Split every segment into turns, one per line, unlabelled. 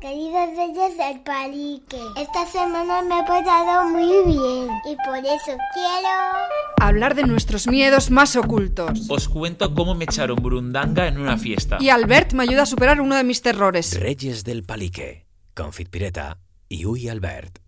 Queridas bellas del palique, esta semana me ha pasado muy bien y por eso quiero...
Hablar de nuestros miedos más ocultos.
Os cuento cómo me echaron burundanga en una fiesta.
Y Albert me ayuda a superar uno de mis terrores.
Reyes del Palique, Confit Pireta y Uy Albert.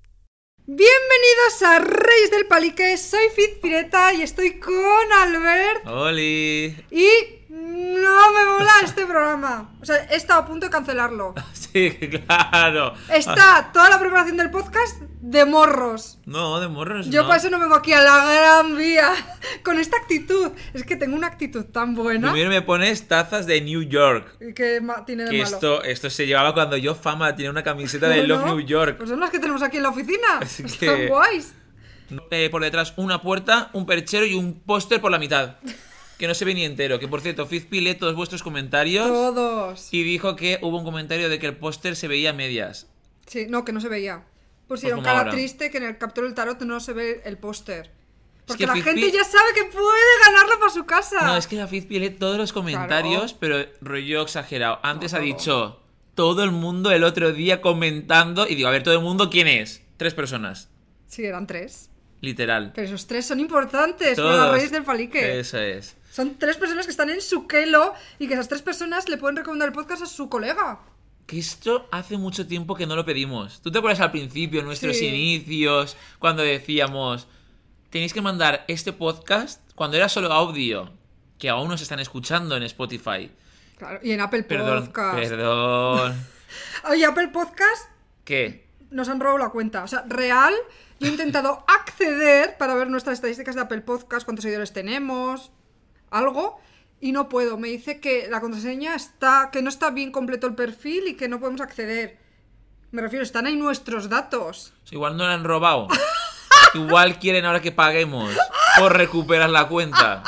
Bienvenidos a Reyes del Palique, soy Fit Pireta y estoy con Albert.
¡Oli!
Y no me mola este programa. O sea, he estado a punto de cancelarlo.
Sí, claro.
Está toda la preparación del podcast de morros.
No, de morros
Yo
Pues no.
por eso no me vengo aquí a la gran vía con esta actitud. Es que tengo una actitud tan buena
Primero me pones tazas de New York.
que ma- tiene de
Que
malo.
esto, esto se llevaba cuando yo fama tenía una camiseta de
¿No,
Love
no?
New York.
Pues son las que tenemos aquí en la oficina.
Así
Están
que-
guays.
Eh, por detrás una puerta, un perchero y un póster por la mitad. Que no se ve ni entero. Que por cierto, Fizpi lee todos vuestros comentarios.
Todos.
Y dijo que hubo un comentario de que el póster se veía a medias.
Sí, no, que no se veía. Pusieron
como
cara
ahora.
triste que en el captura del tarot no se ve el póster. Porque
que
la
Fitbit-
gente ya sabe que puede ganarlo para su casa.
No, es que la Fizpi lee todos los comentarios, pero rollo exagerado. Antes ha dicho todo el mundo el otro día comentando. Y digo, a ver, todo el mundo, ¿quién es? Tres personas.
Sí, eran tres.
Literal.
Pero esos tres son importantes para los
Todos.
reyes del palique.
Eso es.
Son tres personas que están en su kelo y que esas tres personas le pueden recomendar el podcast a su colega.
Que esto hace mucho tiempo que no lo pedimos. ¿Tú te acuerdas al principio, nuestros
Sí.
inicios, cuando decíamos, tenéis que mandar este podcast cuando era solo audio, que aún nos están escuchando en Spotify?
Claro, y en Apple
Perdón,
Podcast.
perdón.
Oye, Apple Podcast
¿Qué?
nos han robado la cuenta. O sea, real, yo he intentado acceder para ver nuestras estadísticas de Apple Podcast, cuántos seguidores tenemos, algo, y no puedo. Me dice que la contraseña está, que no está bien completo el perfil y que no podemos acceder. Me refiero, están ahí nuestros datos.
O sea, Igual no la han robado. Igual quieren ahora que paguemos por recuperar la cuenta.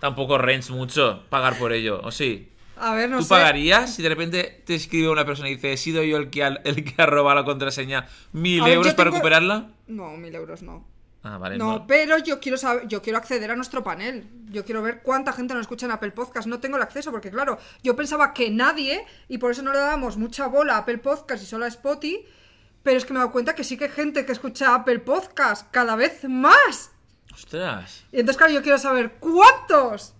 Tampoco rents mucho pagar por ello, ¿o sí?
A ver, no
¿Tú
sé.
pagarías si de repente te escribe una persona y dice, he sido yo el que ha, el que ha robado la contraseña, mil
A ver, yo
euros para
tengo-
recuperarla?
No, mil euros no.
Ah, vale,
No,
no.
pero yo quiero saber, yo quiero acceder a nuestro panel. Yo quiero ver cuánta gente nos escucha en Apple Podcast. No tengo el acceso porque claro, yo pensaba que nadie y por eso no le dábamos mucha bola a Apple Podcast y solo a Spotify. Pero es que me he dado cuenta que sí que hay gente que escucha Apple Podcast cada vez más.
Ostras.
Y entonces claro, yo quiero saber cuántos.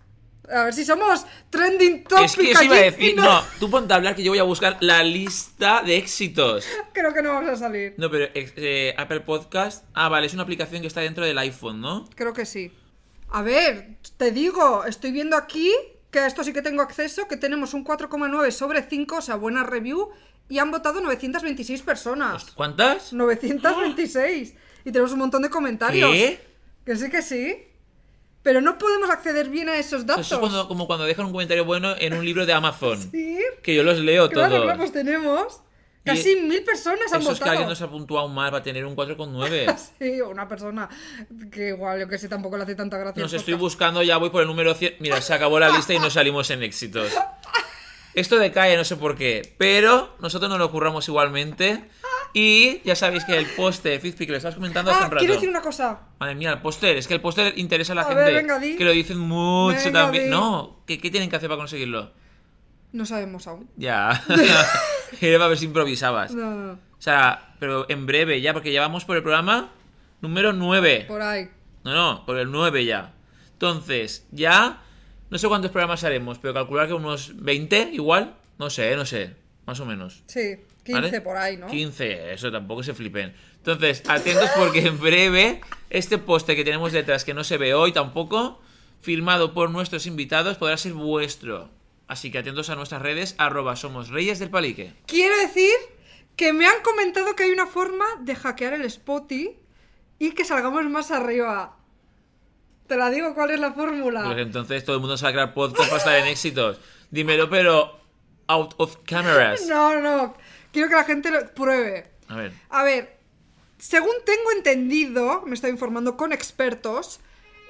A ver si somos trending topic.
Es que eso iba a
allí
decir,
y
no, tú ponte a hablar que yo voy a buscar la lista de éxitos.
Creo que no vamos a salir.
No, pero ex- eh, Apple Podcast. Ah, vale, es una aplicación que está dentro del iPhone, ¿no?
Creo que sí. A ver, te digo, estoy viendo aquí que a esto sí que tengo acceso, que tenemos un 4,9 sobre 5, o sea, buena review, y han votado 926 personas.
¿Cuántas?
926. Y tenemos un montón de comentarios.
¿Qué?
Que sí, que sí. Pero no podemos acceder bien a esos datos.
Eso es cuando- como cuando dejan un comentario bueno en un libro de Amazon.
Sí,
Que yo los leo
claro,
todos.
claro, pues tenemos.
Y-
Casi mil personas han
Eso es que alguien
votado.
nos ha puntuado más, va a tener un 4,9.
Sí, o una persona que igual, yo que sé, tampoco le hace tanta gracia. el
Nos estoy
podcast.
buscando, ya voy por el número 100. Mira, se acabó la lista y no salimos en éxitos. Esto decae, no sé por qué. Pero nosotros nos lo curramos igualmente. Y ya sabéis que el póster de Fizpi, que lo estabas comentando hace
Ah,
un rato.
quiero decir una cosa.
Madre mía, el póster. Es que el póster interesa a la
A
gente.
ver, venga, di.
Que lo dicen mucho
Venga,
también.
di.
No, ¿qué, qué tienen que hacer para conseguirlo?
No sabemos aún.
Ya. Era a ver si improvisabas.
No, no, no.
O sea, pero en breve ya, porque ya vamos por el programa número 9.
Por ahí.
No, no, por el 9 ya. Entonces, ya. No sé cuántos programas haremos, pero calcular que unos 20 igual. No sé, no sé. Más o menos.
Sí, 15
¿vale?
por ahí, ¿no?
15, eso tampoco se flipen. Entonces, atentos porque en breve este poste que tenemos detrás, que no se ve hoy tampoco, firmado por nuestros invitados, podrá ser vuestro. Así que atentos a nuestras redes, arroba somos reyes del palique.
Quiero decir que me han comentado que hay una forma de hackear el Spotify y que salgamos más arriba. Te la digo cuál es la
Porque
fórmula.
Pues entonces todo el mundo se va a crear podcast para estar en éxitos. Dímelo, pero out of cameras.
No, no. Quiero que la gente lo pruebe.
A ver.
A ver, según tengo entendido, me estoy informando con expertos,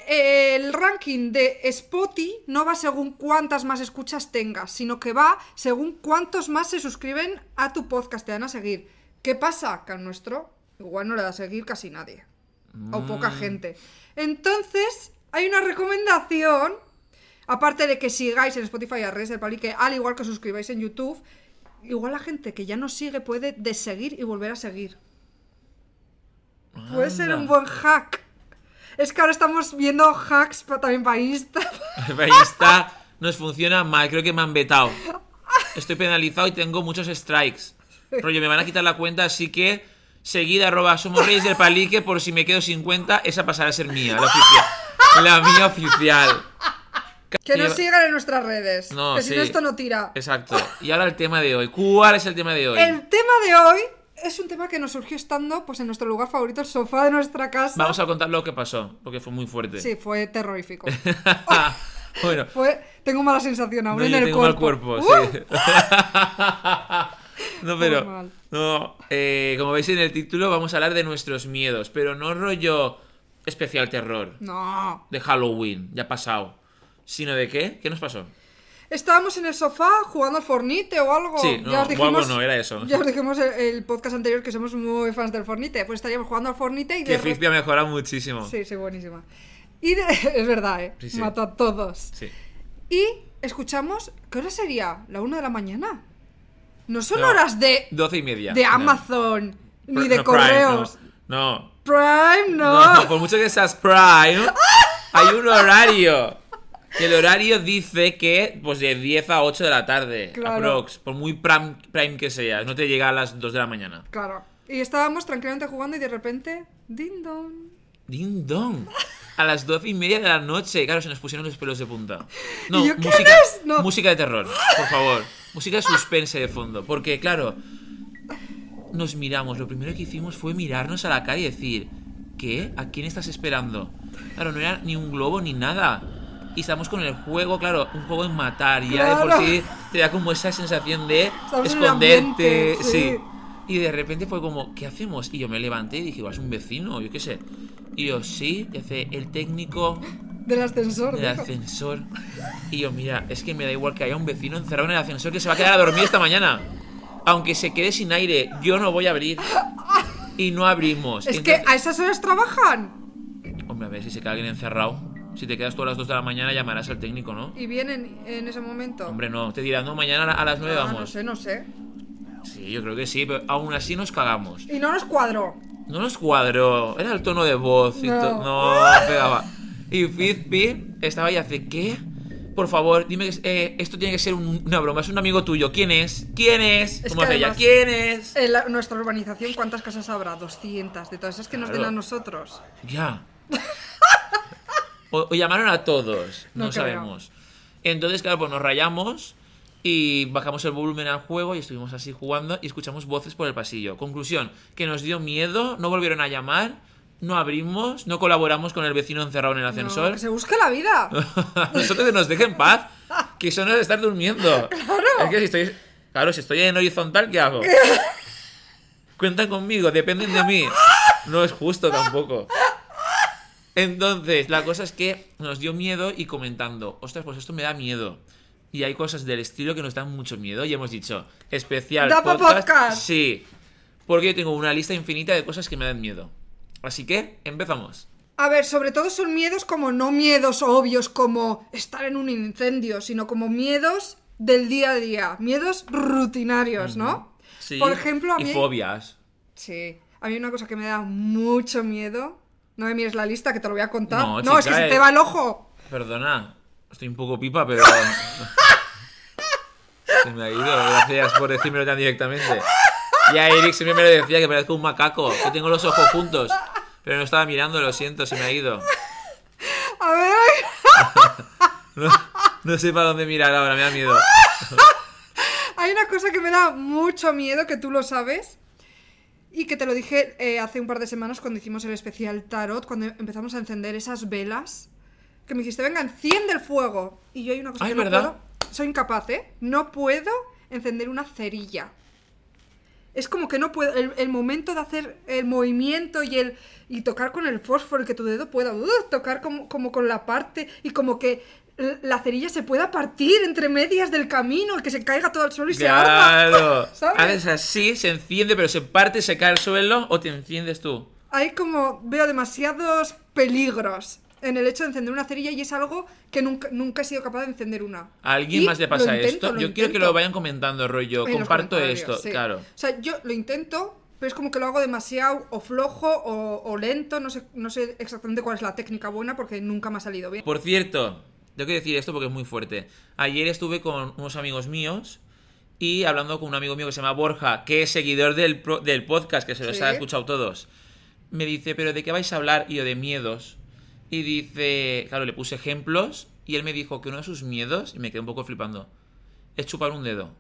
el ranking de Spotify no va según cuántas más escuchas tengas, sino que va según cuántos más se suscriben a tu podcast, te dan a seguir. ¿Qué pasa? Que al nuestro igual no le da a seguir casi nadie. O poca
Mm.
gente. Entonces, hay una recomendación Aparte de que sigáis en Spotify a Reyes del Palique, al igual que os suscribáis en YouTube, igual la gente que ya nos sigue puede deseguir y volver a seguir. Puede ser
Anda.
un buen hack. Es que ahora estamos viendo hacks pa- también para Insta.
Ahí está, nos funciona mal, creo que me han vetado. Estoy penalizado y tengo muchos strikes. Rollo, me van a quitar la cuenta, así que seguid arroba somos reyes del palique por si me quedo sin cuenta, esa pasará a ser mía, la oficial. La mía oficial.
Que nos
Lleva-
sigan en nuestras redes.
No,
que si no
sí.
esto no tira.
Exacto. Y ahora el tema de hoy. ¿Cuál es el tema de hoy?
El tema de hoy es un tema que nos surgió estando pues en nuestro lugar favorito, el sofá de nuestra casa.
Vamos a contar lo que pasó, porque fue muy fuerte.
Sí, fue terrorífico.
bueno,
Fue... Tengo mala sensación
no,
ahora
yo
en el
tengo mal
cuerpo.
cuerpo,
¡Uh!
sí. no, pero.
mal.
No, eh, como veis en el título, vamos a hablar de nuestros miedos, pero no rollo especial terror
No.
de Halloween, ya ha pasado. ¿Sino de qué? ¿Qué nos pasó?
Estábamos en el sofá jugando al Fornite o algo.
Sí, no,
ya os
o
dijimos,
algo no, era eso.
Ya os dijimos el, el podcast anterior que somos muy fans del Fornite. Pues estaríamos jugando al Fornite y
Que
de re-
Fizia mejora muchísimo.
Sí, sí, buenísima. Y de- es verdad, ¿eh?
Sí, sí.
Mató a todos.
Sí.
Y escuchamos, ¿qué hora sería? ¿La una de la mañana? No son
No.
horas de,
Doce y media.
de
No.
Amazon, ni
Pr-
de
no, Prime,
correos.
no. no.
Prime, no.
No, por mucho que seas Prime, hay un horario. Y el horario dice que, pues de 10 a 8 de la tarde,
Claro.
aprox, por muy prime, prime que seas, no te llega a las 2 de la mañana.
Claro. Y estábamos tranquilamente jugando y de repente. Ding dong.
Ding dong. A las 12 y media de la noche, claro, se nos pusieron los pelos de punta. No,
¿Y yo, ¿quién
música,
es? No.
música de terror, por favor. Música de suspense de fondo, porque claro, nos miramos, lo primero que hicimos fue mirarnos a la cara y decir, ¿qué? ¿A quién estás esperando? Claro, no era ni un globo ni nada. Y estamos con el juego, claro, un juego en matar, ya de por
Claro.
sí te da como esa sensación de
Estamos en el
esconderte,
ambiente,
sí.
sí.
Y de repente fue como, ¿qué hacemos? Y yo me levanté y dije, igual es un vecino, yo qué sé. Y yo, sí, y hace el técnico
Del ascensor.
del
dijo.
ascensor. Y yo, mira, es que me da igual que haya un vecino encerrado en el ascensor que se va a quedar a dormir esta mañana. Aunque se quede sin aire, yo no voy a abrir. Y no abrimos.
Es
Y
que
entonces-
a esas horas trabajan.
Hombre, a ver si se queda alguien encerrado. Si te quedas tú a las 2 de la mañana, llamarás al técnico, ¿no?
Y vienen en ese momento.
Hombre, no, te dirán, no, mañana a la- a las 9
Ah,
vamos.
no sé, no sé.
Sí, yo creo que sí, pero aún así nos cagamos.
Y no nos cuadro.
No nos cuadró, era el tono de voz y
No.
to- no pegaba. Y Fizpi estaba ahí hace, ¿qué? Por favor, dime que es- eh, esto tiene que ser un- una broma, es un amigo tuyo, ¿quién es? ¿Quién es?
Es
Como
que
hace ella,
además-
¿quién es?
En eh, la- nuestra urbanización, ¿cuántas casas habrá? 200. De todas esas que nos
Claro.
den a nosotros.
Ya. O, o llamaron a todos, no,
No creo.
sabemos. Entonces, claro, pues nos rayamos y bajamos el volumen al juego y estuvimos así jugando y escuchamos voces por el pasillo. Conclusión, que nos dio miedo, no volvieron a llamar, no abrimos, no colaboramos con el vecino encerrado en el
No,
ascensor.
que se busque la vida.
Nosotros que nos dejen en paz, que eso no es estar durmiendo. Claro. Es que si estoy, claro, si estoy en horizontal, ¿qué hago? Cuentan conmigo, dependen de mí. No es justo tampoco. Entonces, la cosa es que nos dio miedo y comentando, ostras, pues esto me da miedo. Y hay cosas del estilo que nos dan mucho miedo y hemos dicho, especial
Da pa' podcast.
Sí, porque yo tengo una lista infinita de cosas que me dan miedo. Así que, empezamos.
A ver, sobre todo son miedos como no miedos obvios como estar en un incendio, sino como miedos del día a día, miedos rutinarios, ¿no?
Sí,
Por ejemplo, a
y
mí
fobias.
Sí, a mí una cosa que me da mucho miedo, no me mires la lista que te lo voy a contar.
No,
No,
chica,
es que
eh.
se te va el ojo.
Perdona, estoy un poco pipa, pero. se me ha ido, gracias por decírmelo tan directamente. Ya Eric siempre me lo decía que parezco un macaco, que tengo los ojos juntos. Pero no estaba mirando, lo siento, se me ha ido.
A ver,
No, no sé para dónde mirar ahora, me da miedo.
hay una cosa que me da mucho miedo que tú lo sabes. Y que te lo dije eh, hace un par de semanas cuando hicimos el especial tarot, cuando empezamos a encender esas velas, que me dijiste, venga, enciende el fuego. Y yo hay una cosa
Ay,
que
Ah, ¿verdad?
no puedo, soy incapaz, ¿eh? No puedo encender una cerilla. Es como que no puedo, el, el momento de hacer el movimiento y el y tocar con el fósforo y que tu dedo pueda uh, tocar como, como con la parte y como que l- la cerilla se pueda partir entre medias del camino y que se caiga todo al suelo y se arma.
Claro.
¿Sabes?
Haces así, se enciende, pero se parte, se cae al suelo o te enciendes tú.
Hay como, veo demasiados peligros. en el hecho de encender una cerilla y es algo que nunca, nunca he sido capaz de encender una.
¿A alguien
Y
más le
lo
pasa
intento,
esto?
lo
Yo quiero que
intento.
lo vayan comentando, rollo.
En los
Comparto
comentarios,
esto,
sí.
claro.
O sea, yo lo intento, pero es como que lo hago demasiado o flojo o, o lento, no sé, no sé exactamente cuál es la técnica buena porque nunca me ha salido bien.
Por cierto, tengo que decir esto porque es muy fuerte. Ayer estuve con unos amigos míos y hablando con un amigo mío que se llama Borja, que es seguidor del, pro- del podcast, que se los
Sí.
ha escuchado todos. Me dice, ¿pero de qué vais a hablar? Y yo, de miedos. Y dice, claro, le puse ejemplos y él me dijo que uno de sus miedos, y me quedé un poco flipando, es chupar un dedo.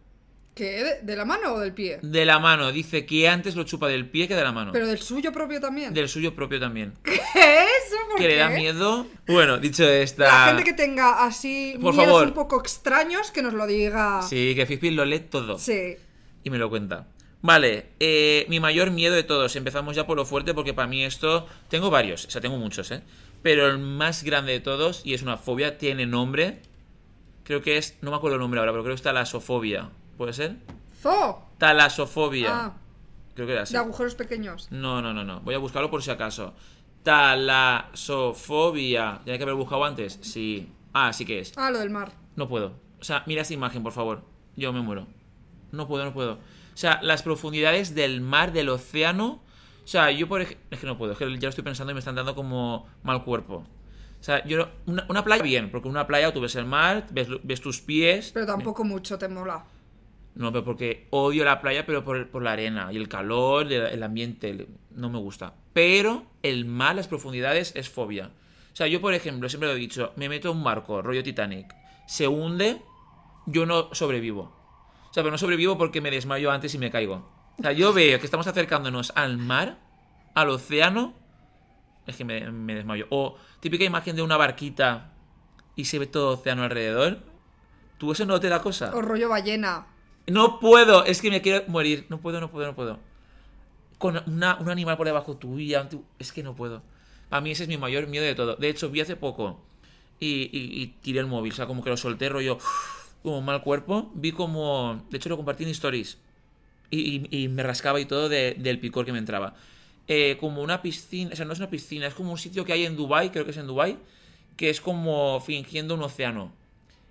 ¿Qué? ¿De, de la mano o del pie?
De la mano, dice que antes lo chupa del pie que de la mano.
Pero del suyo propio también.
Del suyo propio también.
¿Qué? ¿Eso por
Que le da
qué?
miedo. Bueno, dicho esta...
La gente que tenga así
Por
miedos
favor.
un poco extraños que nos lo diga.
Sí, que Fizpin lo lee todo.
Sí.
y me lo cuenta. Vale, eh, mi mayor miedo de todos. Empezamos ya por lo fuerte porque para mí esto... Tengo varios, o sea, tengo muchos, ¿eh? Pero el más grande de todos, y es una fobia, tiene nombre. Creo que es... No me acuerdo el nombre ahora, pero creo que es talasofobia. ¿Puede ser?
Zo.
Talasofobia.
Ah,
creo que era así.
de agujeros pequeños.
No, no, no, no. Voy a buscarlo por si acaso. Talasofobia. ¿Tenía que haber buscado antes? Sí. Ah, sí que es.
Ah, lo del mar.
No puedo. O sea, mira esta imagen, por favor. Yo me muero. No puedo, no puedo. O sea, las profundidades del mar, del océano. O sea, yo por ejemplo. Es que no puedo, es que ya lo estoy pensando y me están dando como mal cuerpo. O sea, yo. no- Una, una playa, bien, porque en una playa tú ves el mar, ves, lo- ves tus pies.
Pero tampoco mucho te mola.
No, pero porque odio la playa, pero por, por la arena y el calor, el, el ambiente, el- no me gusta. Pero el mar, las profundidades, es fobia. O sea, yo, por ejemplo, siempre lo he dicho, me meto en un barco, rollo Titanic, se hunde, yo no sobrevivo. O sea, pero no sobrevivo porque me desmayo antes y me caigo. O sea, yo veo que estamos acercándonos al mar, al océano, es que me, me desmayo. O típica imagen de una barquita y se ve todo océano alrededor. ¿Tú eso no te da cosa?
O rollo ballena.
No puedo, es que me quiero morir. No puedo, no puedo, no puedo. Con una- un animal por debajo tuya, un tu- es que no puedo. A mí ese es mi mayor miedo de todo. De hecho, vi hace poco y, y- y tiré el móvil, o sea, como que lo solté, rollo, como un mal cuerpo. Vi como, de hecho, lo compartí en stories y, y- y me rascaba y todo de- del picor que me entraba. Eh, como una piscina, o sea, no es una piscina, es como un sitio que hay en Dubai, creo que es en Dubai, que es como fingiendo un océano.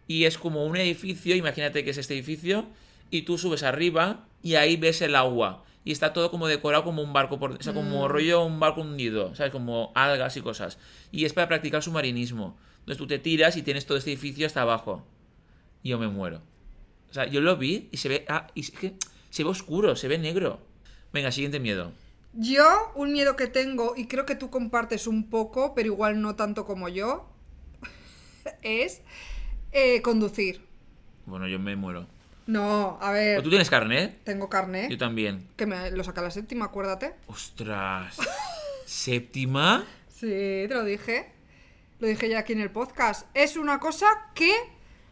Y es como un edificio, imagínate que es este edificio, y tú subes arriba y ahí ves el agua. Y está todo como decorado como un barco, por, o sea, como rollo un barco hundido, ¿sabes? Como algas y cosas. Y es para practicar submarinismo. Entonces tú te tiras y tienes todo este edificio hasta abajo. Y yo me muero. O sea, yo lo vi y se ve. Ah, y es que se ve oscuro, se ve negro. Venga, siguiente miedo.
Yo, un miedo que tengo, y creo que tú compartes un poco, pero igual no tanto como yo, es eh, conducir.
Bueno, yo me muero.
No, a
¿O ¿Tú
ver,
tienes carnet?
tengo
Yo
carné,
también.
que me lo saca la séptima, acuérdate.
Ostras. Séptima.
Sí, te lo dije. Lo dije ya aquí en el podcast. Es una cosa que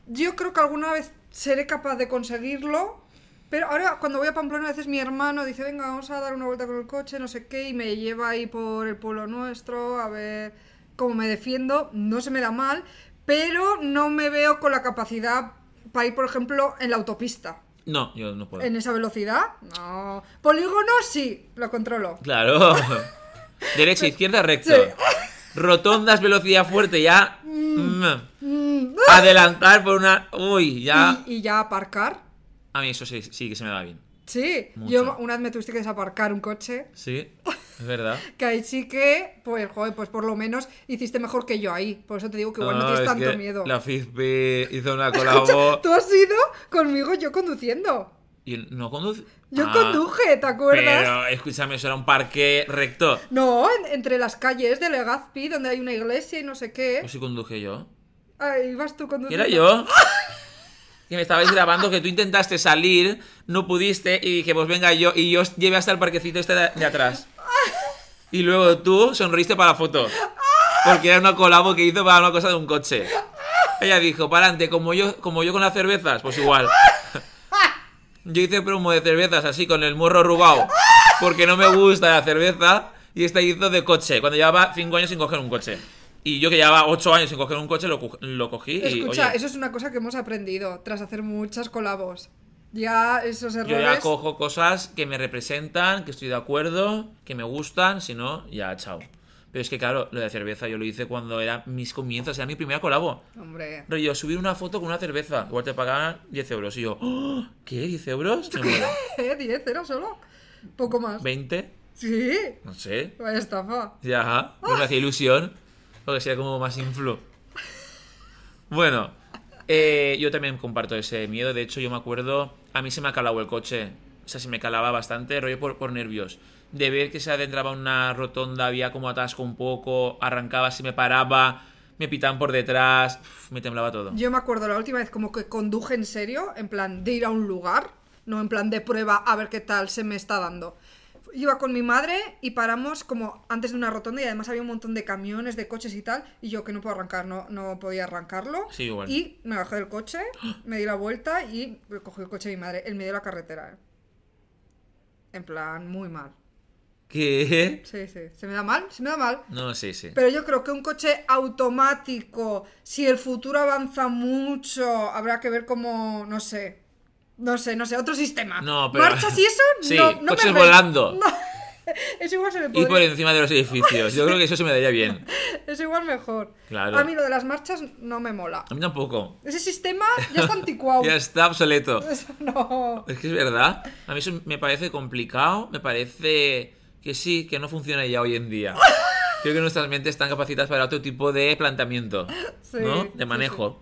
yo creo que alguna vez seré capaz de conseguirlo. Pero ahora cuando voy a Pamplona a veces mi hermano dice, venga, vamos a dar una vuelta con el coche, no sé qué, y me lleva ahí por el pueblo nuestro a ver cómo me defiendo. No se me da mal, pero no me veo con la capacidad para ir, por ejemplo, en la autopista.
No, yo no puedo.
En esa velocidad, no. Polígono sí, lo controlo.
Claro. Derecha, izquierda, recto. Rotondas, velocidad fuerte, ya. Mm. Adelantar por una. Uy, ya.
Y- y ya aparcar.
A mí eso sí, sí que se me da bien.
Sí,
Mucho.
yo una vez me tuviste que desaparcar un coche.
Sí, es verdad.
Que ahí sí que, pues, joder, pues por lo menos hiciste mejor que yo ahí. Por eso te digo que igual no,
es
tienes tanto
que
miedo.
La FISBE hizo una
Escucha,
colabo.
Tú has ido conmigo yo conduciendo.
y no conduce.
Yo
Ah,
conduje, ¿te acuerdas? ¿Eh?
Pero escúchame, eso era un parque recto.
No, en- entre las calles de Legazpi, donde hay una iglesia y no sé qué.
¿O si conduje yo?
Ahí vas tú
¿Y
conduciendo.
Pues- era yo? Que me estabais grabando, que tú intentaste salir, no pudiste, y dije, pues venga yo, y yo os llevé hasta el parquecito este de, de atrás. Y luego tú sonreíste para la foto. Porque era una colabo que hizo para una cosa de un coche. Ella dijo, para adelante, como yo, como yo con las cervezas, pues igual. Yo hice promo de cervezas así, con el morro arrugado, porque no me gusta la cerveza. Y esta hizo de coche, cuando llevaba 5 años sin coger un coche. Y yo que llevaba 8 años sin coger un coche, lo, cu- lo cogí y.
Escucha,
oye,
eso es una cosa que hemos aprendido tras hacer muchas colabos. Ya esos
Yo
errores.
ya cojo cosas que me representan, que estoy de acuerdo, que me gustan, si no, ya chao. Pero es que, claro, lo de cerveza yo lo hice cuando era mis comienzos, era mi primera colabo.
Hombre.
Rollo, subir una foto con una cerveza. Igual te pagaban 10 euros. Y yo, "Oh, ¿qué? ¿10 euros? Me muero.
¿Eh? ¿10 era solo? Poco más.
¿20?
Sí.
No sé.
Vaya estafa.
Ya, pues me hacía ilusión. Porque sería como más influ. Bueno, eh, yo también comparto ese miedo. De hecho, yo me acuerdo, a mí se me ha calado el coche. O sea, se me calaba bastante, rollo por, por nervios. De ver que se adentraba una rotonda, había como atasco un poco, arrancaba, se me paraba, me pitaban por detrás, uf, me temblaba todo.
Yo me acuerdo la última vez como que conduje en serio, en plan de ir a un lugar, no en plan de prueba a ver qué tal se me está dando. Iba con mi madre y paramos como antes de una rotonda y además había un montón de camiones, de coches y tal, y yo que no puedo arrancar, no, no podía arrancarlo.
Sí, igual.
Y me bajé del coche, me di la vuelta y cogí el coche de mi madre, en medio de la carretera. ¿eh? En plan, muy mal.
¿Qué?
Sí, sí, se me da mal, se me da mal.
No, sí, sí.
Pero yo creo que un coche automático, si el futuro avanza mucho, habrá que ver cómo, no sé, no sé, no sé, otro sistema.
No, pero-
¿Marchas y eso?
Sí,
no, no me
coches
re-
volando.
No, eso igual se me
Ir por
podría...
encima de los edificios. Yo creo que eso se me daría bien.
Eso igual mejor.
Claro.
A mí lo de las marchas no me mola.
A mí tampoco.
Ese sistema ya está anticuado.
Ya está obsoleto.
Eso no.
Es que es verdad. A mí eso me parece complicado, me parece que sí, que no funciona ya hoy en día. Creo que nuestras mentes están capacitadas para otro tipo de planteamiento,
Sí,
¿no?
sí,
De manejo.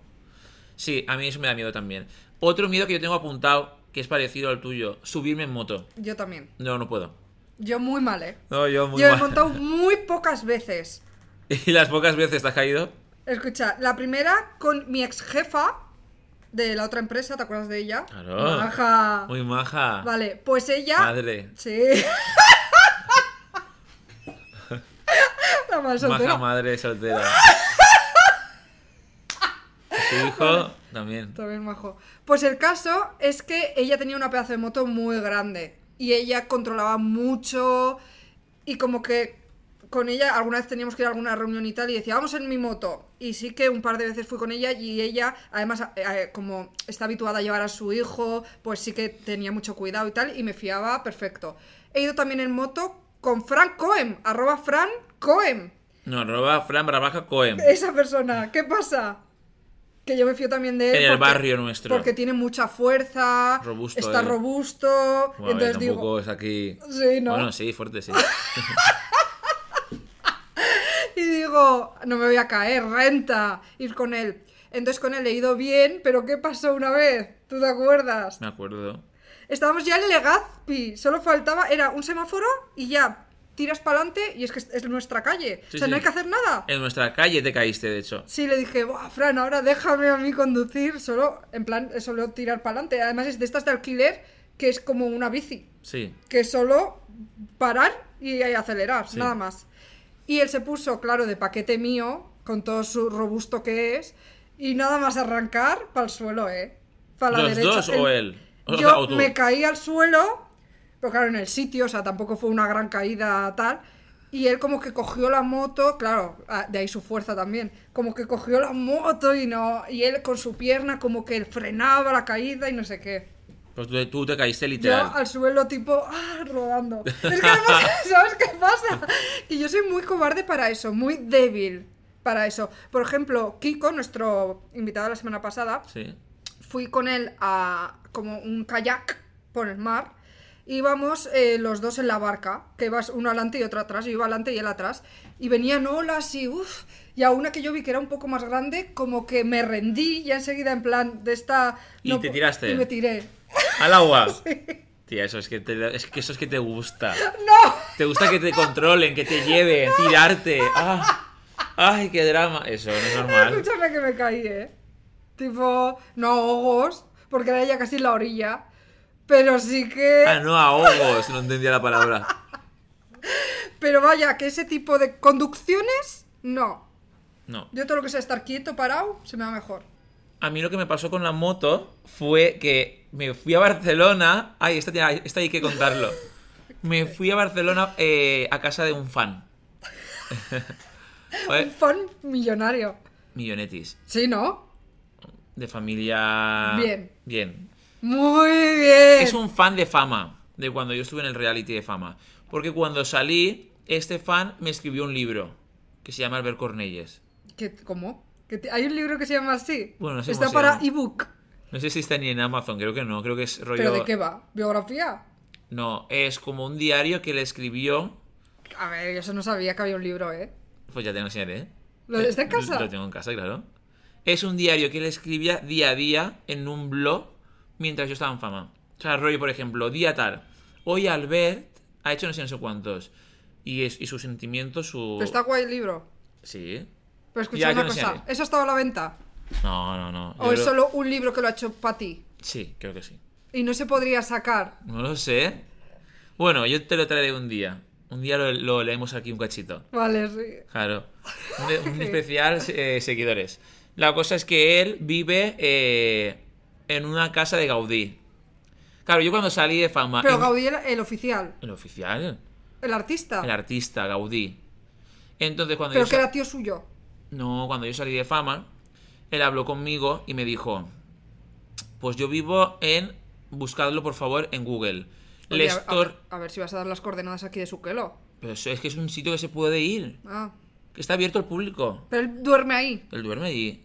Sí, a mí eso me da miedo también. Otro miedo que yo tengo apuntado, que es parecido al tuyo, subirme en moto.
Yo también.
No, no puedo.
Yo muy mal, ¿eh?
No, yo muy
yo he
mal.
montado muy pocas veces.
Y las pocas veces te has caído.
Escucha, la primera con mi ex jefa de la otra empresa, ¿te acuerdas de ella?
Claro.
Maja.
Muy maja.
Vale, pues ella.
Madre.
Sí. la mal soltera.
Maja madre soltera. Y Su hijo también.
También majo. Pues el caso es que ella tenía una pedazo de moto muy grande y ella controlaba mucho y como que con ella alguna vez teníamos que ir a alguna reunión y tal y decía, vamos en mi moto. Y sí que un par de veces fui con ella y ella, además, eh, eh, como está habituada a llevar a su hijo, pues sí que tenía mucho cuidado y tal y me fiaba perfecto. He ido también en moto con Fran Cohen, arroba Fran Cohen.
No, roba Fran barra baja Cohen.
Esa persona, ¿qué pasa? Que yo me fío también de él.
En el barrio nuestro.
Porque tiene mucha fuerza.
Robusto,
Está
él.
robusto.
Bueno, a ver,
entonces
tampoco
digo.
es aquí.
Sí, ¿no?
Bueno, sí, fuerte, sí.
Y digo, no me voy a caer, renta, ir con él. Entonces con él he ido bien, pero ¿qué pasó una vez? ¿Tú te acuerdas?
Me acuerdo.
Estábamos ya en Legazpi, solo faltaba, era un semáforo y ya tiras para adelante y es que es- es nuestra calle.
Sí,
o sea,
sí.
no hay que hacer nada.
En nuestra calle te caíste, de hecho.
Sí, le dije, "Buah, Fran, ahora déjame a mí conducir, solo, en plan, eh, solo tirar para adelante. Además es de estas de alquiler que es como una bici,
Sí.
que es solo parar y eh, acelerar,
Sí.
nada más. Y él se puso, claro, de paquete mío, con todo su robusto que es, y nada más arrancar para el suelo, ¿eh? Para la
¿Los
derecha.
dos o él? O sea,
Yo
o tú.
me caí al suelo, pero claro, en el sitio, o sea, tampoco fue una gran caída tal. Y él como que cogió la moto, claro, ah, de ahí su fuerza también, como que cogió la moto y no, y él con su pierna como que frenaba la caída y no sé qué.
Pues tú, tú te caíste
Yo
literal.
al suelo tipo, ah, rodando. Es que además, ¿sabes qué pasa? Que yo soy muy cobarde para eso, muy débil para eso. Por ejemplo, Kiko, nuestro invitado la semana pasada,
Sí.
fui con él a como un kayak por el mar. Íbamos eh, los dos en la barca, que vas uno adelante y otro atrás, yo iba adelante y él atrás, y venían olas y uff, y a una que yo vi que era un poco más grande, como que me rendí ya enseguida en plan de esta...
Y te
po-
tiraste.
Y me tiré.
Al agua. Tía, eso es que, te, es que eso es que te gusta.
¡No!
Te gusta que te controlen, que te lleven, tirarte. Ah. Ay, qué drama. Eso no es normal.
Escúchame que me caí, ¿eh? Tipo, no ahogos, porque era ya casi en la orilla, pero sí que...
Ah, no, ahogos. No entendía la palabra.
Pero vaya, que ese tipo de conducciones, no.
No.
Yo todo lo que sea estar quieto, parado, se me da mejor.
A mí lo que me pasó con la moto fue que me fui a Barcelona. Ay, esta, tiene- esta hay que contarlo. Me fui a Barcelona eh, a casa de un fan.
Un fan millonario.
Millonetis.
Sí, ¿no?
De familia.
Bien.
Bien.
Muy bien.
Es un fan de fama. De cuando yo estuve en el reality de fama. Porque cuando salí, este fan me escribió un libro que se llama Albert Cornelles.
¿Qué- ¿Cómo? ¿Que te- ¿Hay un libro que se llama así?
Bueno, no sé
Está
cómo se
para
llama.
ebook.
No sé si está ni en Amazon, creo que no, creo que es rollo...
¿Pero de qué va? ¿Biografía?
No, es como un diario que le escribió...
A ver, yo eso no sabía que había un libro, ¿eh?
Pues ya te lo enseñaré. ¿eh?
¿Lo- está en casa?
Lo tengo en casa, claro. Es un diario que él escribía día a día en un blog mientras yo estaba en fama. O sea, rollo, por ejemplo, día tal. Hoy Albert ha hecho no sé, no sé cuántos. Y, es, y su sentimiento, su...
Pero está guay el libro.
Sí.
Pero escucha
Uh. Ya,
una
yo no sé.
cosa, ¿eso estaba a la venta?
No, no, no.
¿O
Yo
es
creo-
solo un libro que lo ha hecho para ti?
Sí, creo que sí.
Y no se podría sacar.
No lo sé. Bueno, yo te lo traeré un día. Un día lo, lo leemos aquí un cachito.
Vale, sí.
Claro. Un, un especial eh, seguidores. La cosa es que él vive eh, en una casa de Gaudí. Claro, yo cuando salí de fama.
Pero
en-
Gaudí, el, el oficial,
El oficial,
el artista.
el artista, Gaudí. Entonces cuando
pero
yo
que
sa-
era tío suyo.
No, cuando yo salí de fama, él habló conmigo y me dijo: Pues yo vivo en. Buscadlo por favor en Google.
Oye, a- a,
Lestor.
ver, a ver si vas a dar las coordenadas aquí de su quelo.
Pero eso es que es un sitio que se puede ir.
Ah.
Que está abierto al público.
Pero él duerme ahí.
Él duerme allí.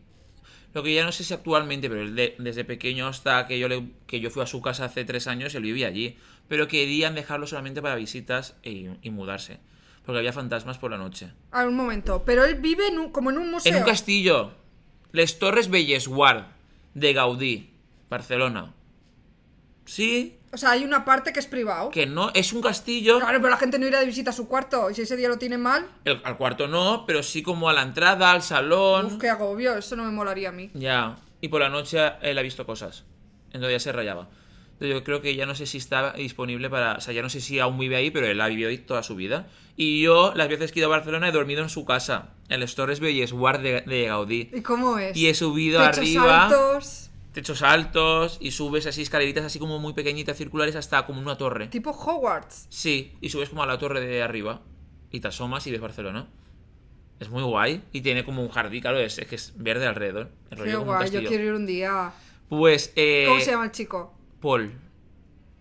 Lo que ya no sé si actualmente, pero él de- desde pequeño hasta que yo, le- que yo fui a su casa hace tres años, él vivía allí. Pero querían dejarlo solamente para visitas y, y mudarse. Porque había fantasmas por la noche.
A ver, un momento. Pero él vive en un- como en un museo.
En un castillo. Les Torres Bellesguard, de Gaudí, Barcelona. Sí,
O sea, hay una parte que es privado.
que no, es un castillo.
Claro, pero la gente no irá de visita a su cuarto. Y si ese día lo tiene mal,
El- al cuarto no, pero sí como a la entrada, al salón.
uf, qué agobio. Eso no me molaría a mí.
Ya, y por la noche él ha visto cosas. Entonces ya se rayaba. Entonces yo creo que ya no sé si está disponible para. O sea, ya no sé si aún vive ahí, pero él ha vivido ahí toda su vida. Y yo, las veces que he ido a Barcelona, he dormido en su casa, en los Torres Bellesguard de, de Gaudí.
¿Y cómo es?
Y he subido
Techos
arriba,
altos,
techos altos, y subes así escaleritas así como muy pequeñitas, circulares, hasta como una torre.
tipo Hogwarts.
Sí, y subes como a la torre de arriba, y te asomas y ves Barcelona. Es muy guay, y tiene como un jardín, claro, es, es que es verde alrededor. el rollo
Qué
como un
guay, yo
castillo.
quiero ir un día.
Pues, eh,
¿Cómo se llama el chico?
Paul.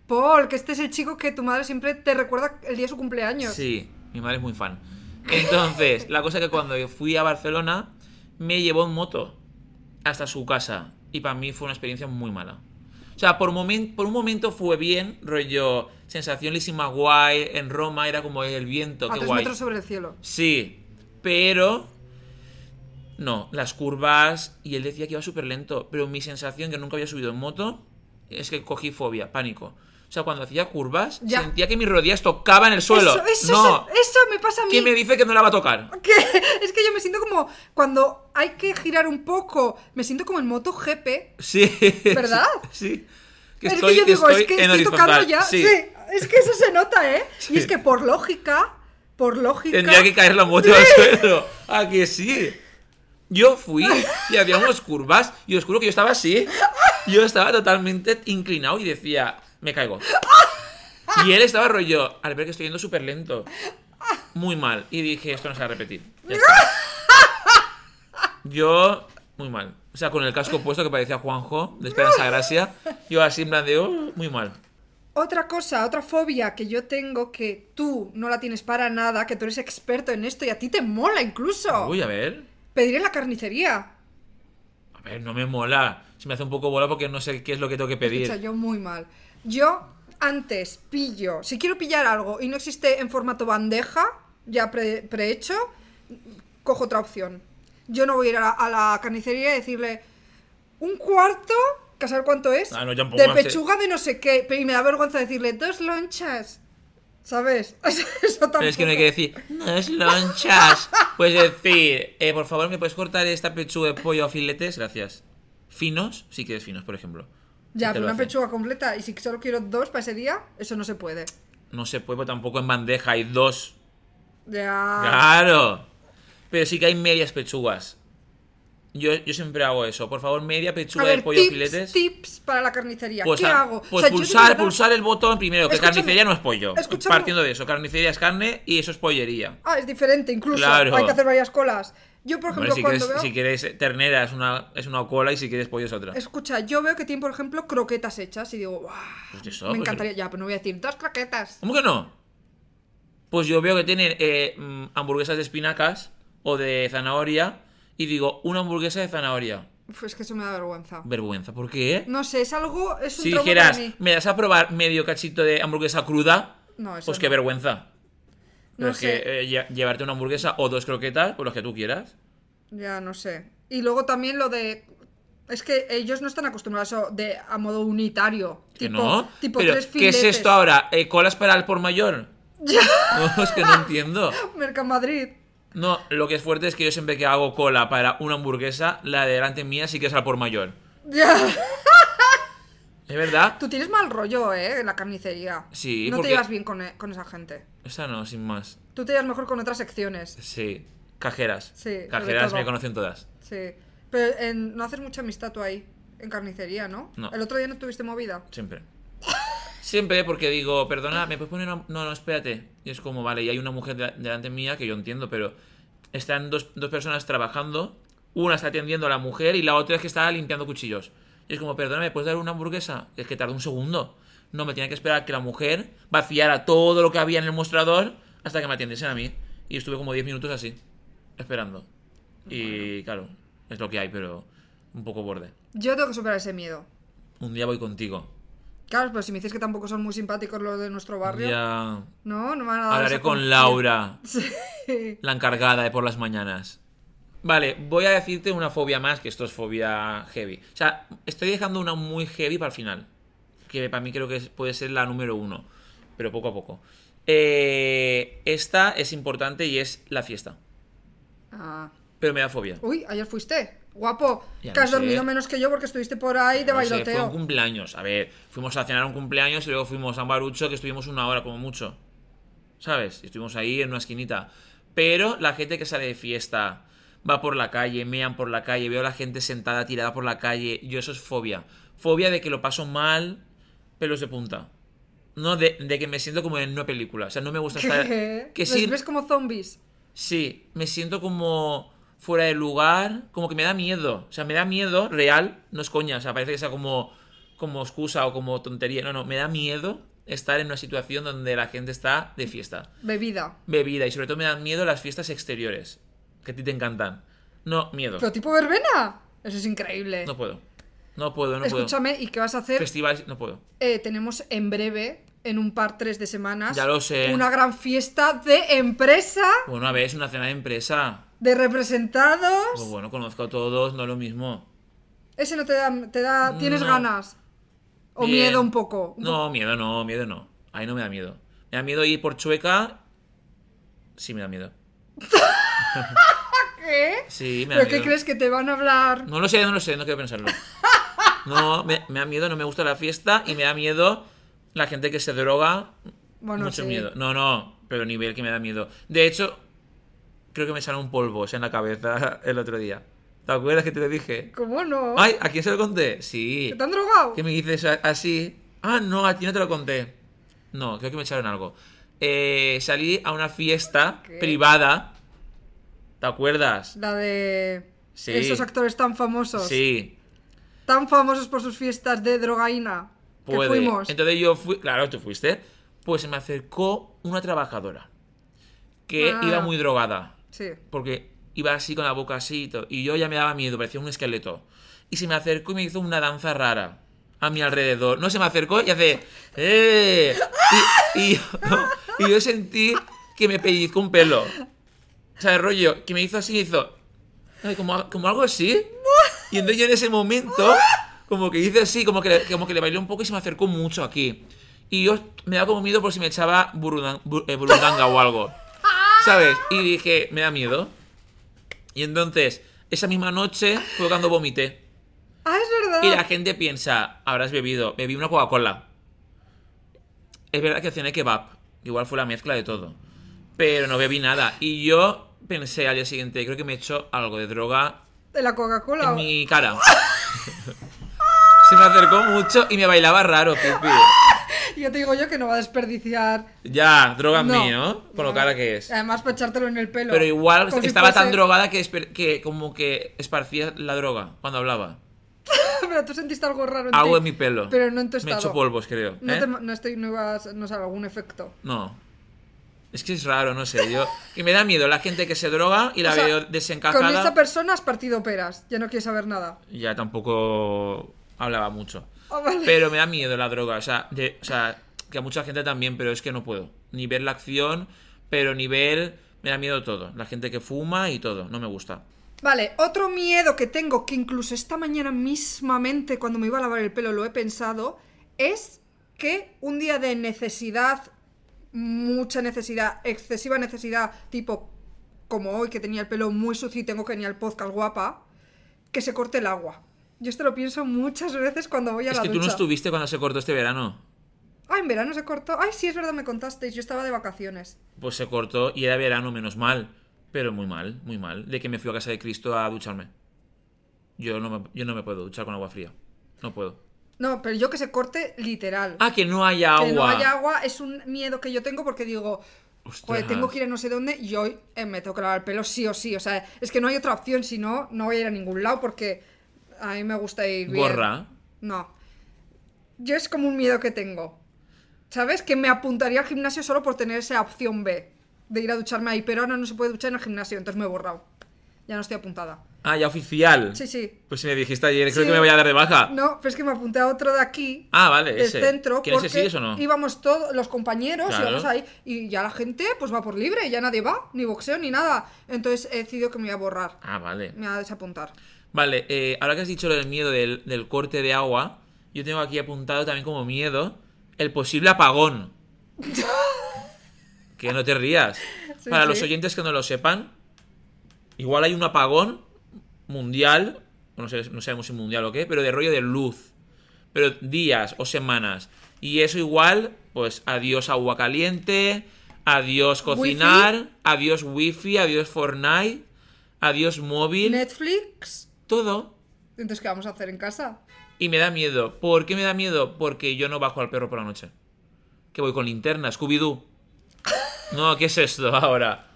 Paul, que este es el chico que tu madre siempre te recuerda el día de su cumpleaños.
Sí, mi madre es muy fan. Entonces, la cosa es que cuando yo fui a Barcelona, me llevó en moto hasta su casa. Y para mí fue una experiencia muy mala. O sea, por, momen- por un momento fue bien, rollo, sensación lísima guay. En Roma era como el viento,
a
qué
tres
guay.
metros sobre el cielo.
Sí, pero. No, las curvas. Y él decía que iba súper lento. Pero mi sensación, que nunca había subido en moto, es que cogí fobia, pánico. O sea, cuando hacía curvas,
Ya.
sentía que mis rodillas tocaban el suelo.
Eso, eso, eso,
no.
eso me pasa a mí.
¿Quién me dice que no la va a tocar?
Que- es que yo me siento como cuando hay que girar un poco, me siento como en MotoGP.
Sí.
¿Verdad?
Sí. Que
Es
estoy,
que yo digo,
estoy
es que
en
estoy
horizontal.
tocando ya.
Sí.
sí, es que eso se nota, ¿eh?
Sí.
Y es que por lógica, por lógica.
Tendría que caer la moto al suelo. ¿A que sí? Yo fui y había unas curvas y os juro que yo estaba así. Yo estaba totalmente inclinado y decía, me caigo. Y él estaba rollo, al ver que estoy yendo súper lento. Muy mal. Y dije, esto no se va a repetir. Ya está. Yo, muy mal. O sea, con el casco puesto que parecía Juanjo, de Esperanza Gracia. Yo así en plan de, "Oh, muy mal.
Otra cosa, otra fobia que yo tengo que tú no la tienes para nada, que tú eres experto en esto y a ti te mola incluso.
Uy, a ver.
Pedir en la carnicería.
A ver, no me mola. Se me hace un poco bola porque no sé qué es lo que tengo que pedir.
Escucha, yo muy mal. Yo antes pillo, si quiero pillar algo y no existe en formato bandeja, ya pre- prehecho, cojo otra opción. Yo no voy a ir a la, a la carnicería y decirle un cuarto, que a saber cuánto es,
Ah, no, ya un poco
de
más, eh.
pechuga de no sé qué, pero- y me da vergüenza decirle dos lonchas. ¿Sabes? Eso
Pero es que no
tampoco.
hay que decir, no es lonchas. Puedes decir, eh, por favor, ¿me puedes cortar esta pechuga de pollo a filetes? Gracias. Finos, si quieres finos, por ejemplo.
Ya,
Te
pero
lo
una
hacen.
pechuga completa y si solo quiero dos para ese día, eso no se puede.
No se puede, pero tampoco en bandeja hay dos.
Ya.
Claro. Pero sí que hay medias pechugas. Yo, yo siempre hago eso. Por favor, media
a
pechuga de
ver,
pollo a
tips,
filetes.
tips para la carnicería.
Pues
¿Qué
a-
hago?
Pues
O sea, yo de
pulsar,
verdad-
pulsar el botón primero, que
Escúchame,
carnicería no es pollo.
escúchame.
Partiendo de eso, carnicería es carne y eso es pollería.
Ah, es diferente incluso.
Claro.
Hay que hacer varias colas. Yo, por
Hombre,
ejemplo,
si,
cuando
quieres,
veo...
si quieres ternera es una, es una cola y si quieres pollo es otra.
Escucha, yo veo que tienen, por ejemplo, croquetas hechas y digo, "Buah,
Pues eso,
me
pues-
encantaría. Ya, pero no voy a decir dos croquetas.
¿Cómo que no? pues yo veo que tienen eh, mm, hamburguesas de espinacas o de zanahoria y digo, una hamburguesa de zanahoria.
Pues que eso me da vergüenza.
Vergüenza, ¿por qué?
No sé, es algo. Es un
si
trauma
dijeras,
para mí.
me das a probar medio cachito de hamburguesa cruda,
No, eso
pues
no.
qué vergüenza. Pero
No
es
sé.
que eh, lle- llevarte una hamburguesa o dos croquetas, por los que tú quieras.
Ya no sé. Y luego también lo de. Es que ellos no están acostumbrados a, de, a modo unitario.
Que
tipo,
no.
Tipo
Pero,
tres
¿qué es
filetes.
esto ahora? Eh, ¿Colas para el por mayor? No, es que no entiendo.
Mercamadrid.
No, lo que es fuerte es que yo siempre que hago cola para una hamburguesa, la de delante mía sí que es al por mayor.
Ya.
¿Es verdad?
Tú tienes mal rollo, ¿eh? En la carnicería.
Sí,
No
porque-
te llevas bien con, eh, con esa gente.
Esa no, sin más.
Tú te llevas mejor con otras secciones.
Sí. Cajeras.
Sí, sobre
Cajeras
todo.
me conocen todas.
Sí. Pero en- no haces mucha amistad tú ahí. En carnicería, ¿no?
No.
El otro día no tuviste movida.
Siempre. Siempre porque digo, perdona, ¿me puedes poner una- No, no, espérate. Y es como, vale, y hay una mujer de- delante mía que yo entiendo, pero están dos, dos personas trabajando. Una está atendiendo a la mujer y la otra es que está limpiando cuchillos. Y es como, perdona, ¿me puedes dar una hamburguesa? Es que tarda un segundo. No, me tenía que esperar que la mujer vaciara todo lo que había en el mostrador hasta que me atendiesen a mí. Y estuve como 10 minutos así, esperando. Y claro, es lo que hay, pero un poco borde.
Yo tengo que superar ese miedo.
Un día voy contigo.
Claro, pero si me dices que tampoco son muy simpáticos los de nuestro barrio.
Ya.
No, no me van Ah, a dar
Hablaré
esa
con
confianza.
Laura,
Sí.
la encargada de por las mañanas. Vale, voy a decirte una fobia más, que esto es fobia heavy. O sea, estoy dejando una muy heavy para el final. Que para mí creo que es- puede ser la número uno. Pero poco a poco. Eh, esta es importante y es la fiesta.
Ah.
Pero me da fobia.
Uy, ayer fuiste. Guapo,
Ya
que
no
has
sé.
dormido menos que yo porque estuviste por ahí de
No sé, fue un
bailoteo.
cumpleaños. A ver, fuimos a cenar a un cumpleaños y luego fuimos a un barucho que estuvimos una hora como mucho. ¿Sabes? Y Estuvimos ahí en una esquinita. Pero la gente que sale de fiesta, va por la calle, mean por la calle, veo a la gente sentada, tirada por la calle. Yo eso es fobia. Fobia de que lo paso mal, pelos de punta. No, de, de que me siento como en una película. O sea, no me gusta estar...
¿Qué?
Que
¿Les
sí,
ves como zombies?
Sí, me siento como fuera de lugar, como que me da miedo. O sea, me da miedo real, no es coña. O sea, parece que sea como, como excusa o como tontería. No, no, me da miedo estar en una situación donde la gente está de fiesta,
Bebida.
bebida. Y sobre todo me dan miedo las fiestas exteriores, que a ti te encantan. No, miedo.
Pero tipo verbena. Eso es increíble.
No puedo. No puedo, no puedo.
Escúchame, ¿y qué vas a hacer?
Festivales, no puedo.
Eh, tenemos en breve, en un par tres de semanas,
Ya lo sé.
una gran fiesta de empresa,
Bueno, a ver, es una cena de empresa.
de representados.
Pues bueno, conozco a todos, no es lo mismo.
Ese no te da, te da, tienes
No.
ganas. O
Bien.
miedo un poco. Un
No, miedo no, miedo no. Ahí no me da miedo. Me da miedo ir por chueca. Sí, me da miedo.
poco. ¿Qué?
Sí, me da
¿Pero
miedo.
qué crees que te van a hablar?
No lo sé, no lo sé, no quiero pensarlo. No, me, me da miedo, no me gusta la fiesta y me da miedo la gente que se droga.
Bueno,
mucho
sí.
miedo. No, no, pero nivel que me da miedo. De hecho, creo que me salió un polvo o sea, en la cabeza el otro día. ¿Te acuerdas que te lo dije?
¿Cómo no?
Ay, ¿a quién se lo conté? Sí.
¿Que ¿Te han drogado?
¿Qué me dices a- así? Ah, no, a ti no te lo conté. No, creo que me echaron algo. Eh, salí a una fiesta
¿Qué?
privada. ¿Te acuerdas?
La de
Sí.
esos actores tan famosos.
Sí.
Tan famosos por sus fiestas de drogaína.
Puede.
Que fuimos.
Entonces yo fui, claro, tú fuiste. Pues se me acercó una trabajadora que
Ah.
iba muy drogada.
Sí.
porque iba así con la boca así y todo, y yo ya me daba miedo, parecía un esqueleto. Y se me acercó y me hizo una danza rara a mi alrededor. No, se me acercó y hace... ¡Eh! Y, y yo, y yo sentí que me pellizcó un pelo. O sea, el rollo, que me hizo así, hizo... ¿sabes? Como, como algo así. Y entonces yo en ese momento, como que hice así, como que, le- como que le bailé un poco y se me acercó mucho aquí. Y yo me da como miedo por si me echaba burundanga, burundanga o algo. ¿Sabes? Y dije, me da miedo. Y entonces, esa misma noche fue cuando vomité.
Ah, es verdad.
Y la gente piensa, habrás bebido, bebí una Coca-Cola. Es verdad que cené kebab, igual fue la mezcla de todo. Pero no bebí nada. Y yo pensé al día siguiente, creo que me he hecho algo de droga
De la Coca-Cola.
en mi cara. Se me acercó mucho y me bailaba raro, Pipi.
Ya te digo yo que no va a desperdiciar.
Ya, droga en
No.
mí, ¿no? Con lo cara que es.
Además, para echártelo en el pelo.
Pero igual
Como si
estaba tan
fuese-
drogada que, esper- que como que esparcía la droga cuando hablaba.
Pero tú sentiste algo raro en
Algo
ti.
en mi pelo.
Pero no en tu
Me he
estado.
hecho polvos, creo.
No,
¿eh?
te- no estoy, no ibas, no sé, algún efecto.
No. Es que es raro, no sé, yo... Que me da miedo la gente que se droga y la
O sea,
veo desencajada.
Con esta persona has partido peras, ya no quieres saber nada.
Ya tampoco hablaba mucho.
Ah, vale.
Pero me da miedo la droga, o sea, de- o sea, que a mucha gente también, pero es que no puedo. Ni ver la acción, pero ni ver... Me da miedo todo. La gente que fuma y todo, no me gusta.
Vale, otro miedo que tengo, que incluso esta mañana mismamente cuando me iba a lavar el pelo lo he pensado, es que un día de necesidad, mucha necesidad, excesiva necesidad, tipo como hoy que tenía el pelo muy sucio y tengo que venir al podcast guapa, que se corte el agua. Yo esto lo pienso muchas veces cuando voy a
Es
la
que tú no
ducha.
estuviste cuando se cortó este verano.
Ah, en verano se cortó. Ay, sí, es verdad, me contasteis. Yo estaba de vacaciones.
Pues se cortó y era verano, menos mal. Pero muy mal, muy mal. De que me fui a casa de Cristo a ducharme. Yo no me, yo no me puedo duchar con agua fría. No puedo.
No, pero yo que se corte literal.
Ah, que no haya agua.
Que no haya agua es un miedo que yo tengo porque digo, joder,
Ostras.
tengo que ir a no sé dónde y hoy eh, me tengo que lavar el pelo sí o sí. O sea, es que no hay otra opción, si no, no voy a ir a ningún lado porque a mí me gusta ir bien.
Gorra.
No. Yo es como un miedo que tengo. ¿Sabes? Que me apuntaría al gimnasio solo por tener esa opción B de ir a ducharme ahí, pero ahora no se puede duchar en el gimnasio, entonces me he borrado. Ya no estoy apuntada.
Ah, ya oficial.
Sí, sí.
Pues si me dijiste ayer, creo
Sí.
que me voy a dar de baja.
No, pero es que me apunté a otro de aquí.
Ah, vale,
del
ese.
centro.
¿Quién ese
porque
sigues o no?
Íbamos todos, los compañeros,
Claro.
íbamos ahí. Y ya la gente, pues va por libre, ya nadie va, ni boxeo, ni nada. Entonces he decidido que me voy a borrar.
Ah, vale.
Me voy a desapuntar.
Vale, eh, ahora que has dicho lo del miedo del, del corte de agua, yo tengo aquí apuntado también como miedo el posible apagón. que no te rías.
Sí,
Para
sí.
los oyentes que no lo sepan, igual hay un apagón mundial, no, sé- no sabemos si mundial o qué, pero de rollo de luz. Pero días o semanas. Y eso igual, pues adiós agua caliente, adiós cocinar, adiós wifi, adiós Fortnite, adiós móvil,
Netflix.
todo.
Entonces, ¿qué vamos a hacer en casa?
Y me da miedo. ¿Por qué me da miedo? Porque yo no bajo al perro por la noche. Que voy con linterna, Scooby-Doo. No, ¿qué es esto ahora?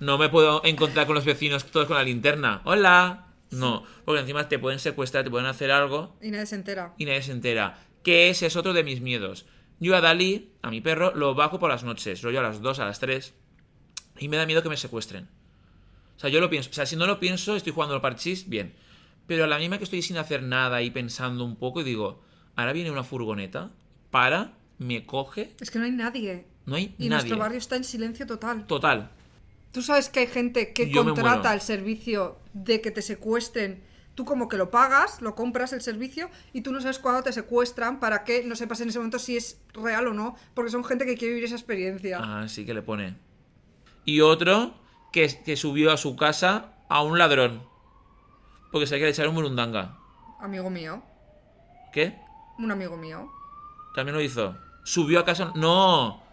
No me puedo encontrar con los vecinos todos con la linterna. ¡Hola! No, porque encima te pueden secuestrar, te pueden hacer algo
Y nadie se entera.
y nadie se entera. Que ese es otro de mis miedos. Yo a Dalí, a mi perro, lo bajo por las noches, rollo a las 2, a las 3. Y me da miedo que me secuestren. O sea, yo lo pienso. O sea, si no lo pienso, estoy jugando al parchís, bien. Pero a la misma que estoy sin hacer nada y pensando un poco, y digo, ahora viene una furgoneta, para, me coge,
Es que no hay nadie.
no hay
Y
nadie.
nuestro barrio está en silencio total.
Total.
Tú sabes que hay gente que
Yo me
contrata
muero.
el servicio de que te secuestren. Tú como que lo pagas, lo compras el servicio y tú no sabes cuándo te secuestran para que no sepas en ese momento si es real o no, porque son gente que quiere vivir esa experiencia.
Ah, sí que le pone. Y otro que, que subió a su casa a un ladrón. Porque se que le echaron un burundanga.
Amigo mío,
¿Qué?
un amigo mío.
También lo hizo. Subió a casa. No.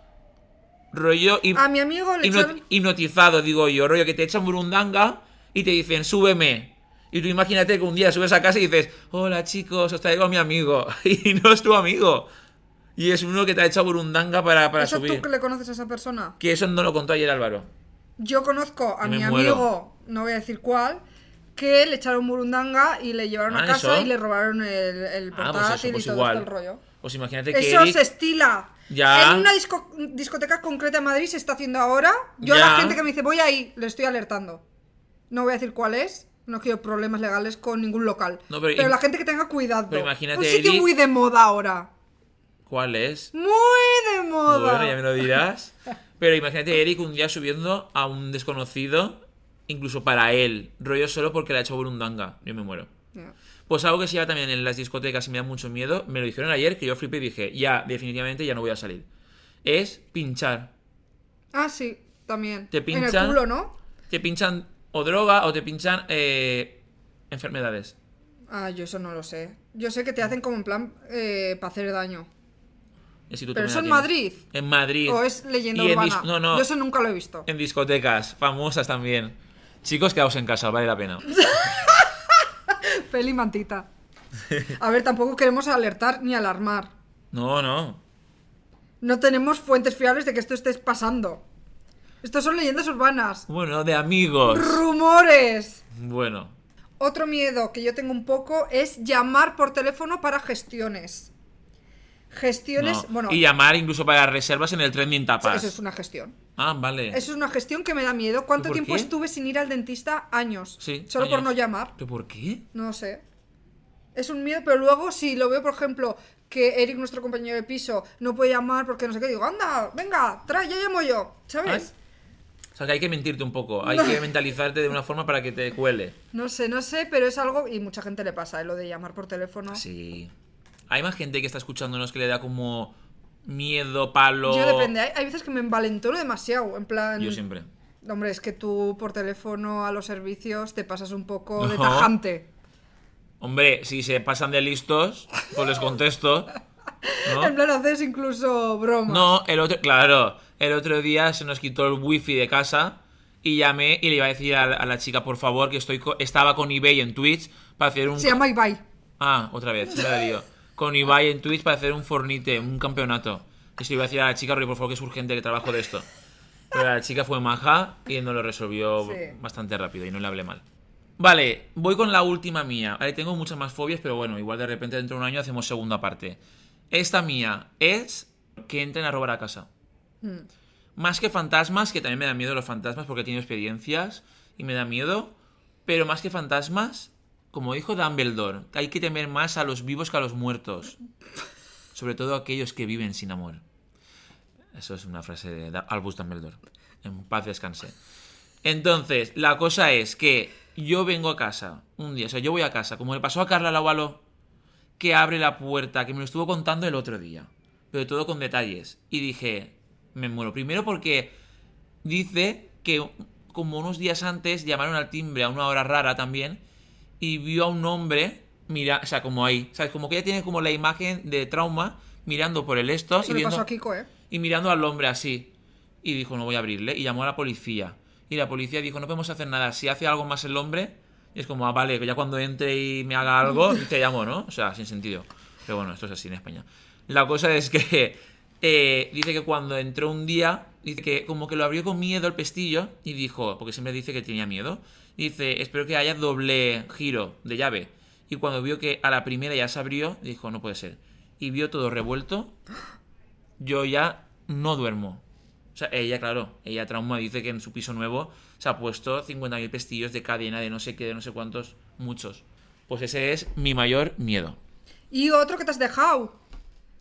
Rollo hip-
A mi amigo le
hipno-
echaron-
hipnotizado, digo yo. Rollo que te echan burundanga y te dicen, súbeme. Y tú imagínate que un día subes a casa y dices, hola chicos, os traigo a mi amigo. Y no es tu amigo. Y es uno que te ha echado burundanga para, para
¿Eso
subir.
tú que le conoces a esa persona?
Que eso no lo contó ayer Álvaro.
Yo conozco a
Me
mi
muero.
amigo, no voy a decir cuál, que le echaron burundanga y le llevaron a
Ah,
casa
eso.
y le robaron el, el
Ah, pues eso,
portátil
pues
y todo
igual.
este rollo.
Pues imagínate que
Eso
Eric-
se estila.
Ya.
En una disco- discoteca concreta en Madrid se está haciendo ahora. Yo a la
Ya.
gente que me dice, voy ahí, le estoy alertando. No voy a decir cuál es. No quiero problemas legales con ningún local.
No,
pero
pero im-
la gente que tenga cuidado.
pero imagínate,
Un sitio
Eric-
muy de moda ahora.
¿Cuál es?
Muy de moda.
Bueno, ya me lo dirás. Pero imagínate Eric un día subiendo a un desconocido, incluso para él, rollo solo porque le ha hecho burundanga. Yo me muero.
Ya.
Pues algo que se lleva también en las discotecas y me da mucho miedo, me lo dijeron ayer que yo flipé y dije, ya, definitivamente ya no voy a salir. Es pinchar.
Ah, sí, también.
Te
En el
pinchan.
culo, ¿no?
Te pinchan o droga o te pinchan eh, enfermedades.
Ah, yo eso no lo sé. Yo sé que te hacen como en plan para hacer daño.
Y si tú
Pero
también
eso en
la
Madrid.
tienes. En Madrid.
O es leyenda
Y en
urbana.
dis- No, no.
Yo eso nunca lo he visto.
En discotecas, famosas también. Chicos, quedaos en casa, vale la pena.
Peli mantita. A ver, tampoco queremos alertar ni alarmar.
No, no.
No tenemos fuentes fiables de que esto esté pasando. Estos son leyendas urbanas.
Bueno, de amigos.
Rumores.
Bueno,
Otro miedo que yo tengo un poco es llamar por teléfono para gestiones. Gestiones,
No.
bueno,
y llamar incluso para reservas en el trending tapas.
eso es una gestión.
Ah, vale.
Eso es una gestión que me da miedo. ¿Cuánto
¿Por
tiempo
qué?
estuve sin ir al dentista? Años.
Sí,
Solo por
años.
no llamar.
¿Pero por qué?
No sé. Es un miedo, pero luego si lo veo, por ejemplo, que Eric, nuestro compañero de piso, no puede llamar porque no sé qué, digo, anda, venga, trae, ya llamo yo, ¿sabes?
O sea, que hay que mentirte un poco, hay
No.
que mentalizarte de una forma para que te cuele.
No sé, no sé, pero es algo, y mucha gente le pasa, ¿eh? lo de llamar por teléfono.
Sí. Hay más gente que está escuchándonos que le da como miedo, palo.
Yo depende, ¿eh? hay, hay veces que me envalentono demasiado, en plan...
Yo siempre.
Hombre, es que tú por teléfono a los servicios te pasas un poco de
No.
tajante.
Hombre, si se pasan de listos, pues les contesto. ¿no?
En plan haces incluso broma.
No, el otro, claro, el otro día se nos quitó el wifi de casa y llamé y le iba a decir a la, a la chica, por favor, que estoy co- estaba con eBay en Twitch para hacer un...
Se llama Ibai.
Ah, otra vez, la lío. Con Ibai en Twitch para hacer un fornite, un campeonato. Y se lo iba a decir a la chica, porque por favor, que es urgente que trabajo de esto. Pero la chica fue maja y no lo resolvió
Sí.
bastante rápido y no le hablé mal. Vale, voy con la última mía. Vale, tengo muchas más fobias, pero bueno, igual de repente dentro de un año hacemos segunda parte. Esta mía es que entren a robar a casa. Más que fantasmas, que también me dan miedo los fantasmas porque he tenido experiencias y me da miedo. Pero más que fantasmas, como dijo Dumbledore, hay que temer más a los vivos que a los muertos. Sobre todo a aquellos que viven sin amor. Eso es una frase de Da- Albus Dumbledore. En paz descanse. Entonces, la cosa es que yo vengo a casa un día, o sea, yo voy a casa, como le pasó a Carla Laualo, que abre la puerta, que me lo estuvo contando el otro día, pero todo con detalles. Y dije, me muero. Primero porque dice que como unos días antes llamaron al timbre a una hora rara también y vio a un hombre, mira, o sea, como ahí, ¿sabes? Como que ella tiene como la imagen de trauma mirando por el esto
Eso
y
le
viendo
pasó a Kiko, ¿eh?
y mirando al hombre así. Y dijo, no voy a abrirle. Y llamó a la policía. Y la policía dijo, no podemos hacer nada. Si hace algo más el hombre, y es como, ah, vale, que ya cuando entre y me haga algo, te llamo, ¿no? O sea, sin sentido. Pero bueno, esto es así en España. La cosa es que eh, dice que cuando entró un día, dice que como que lo abrió con miedo el pestillo y dijo, porque siempre dice que tenía miedo, dice, espero que haya doble giro de llave. Y cuando vio que a la primera ya se abrió, dijo, no puede ser. Y vio todo revuelto yo ya no duermo. O sea, ella, claro, ella trauma dice que en su piso nuevo se ha puesto 50.000 pestillos de cadena de no sé qué, de no sé cuántos, muchos. Pues ese es mi mayor miedo.
Y otro que te has dejado.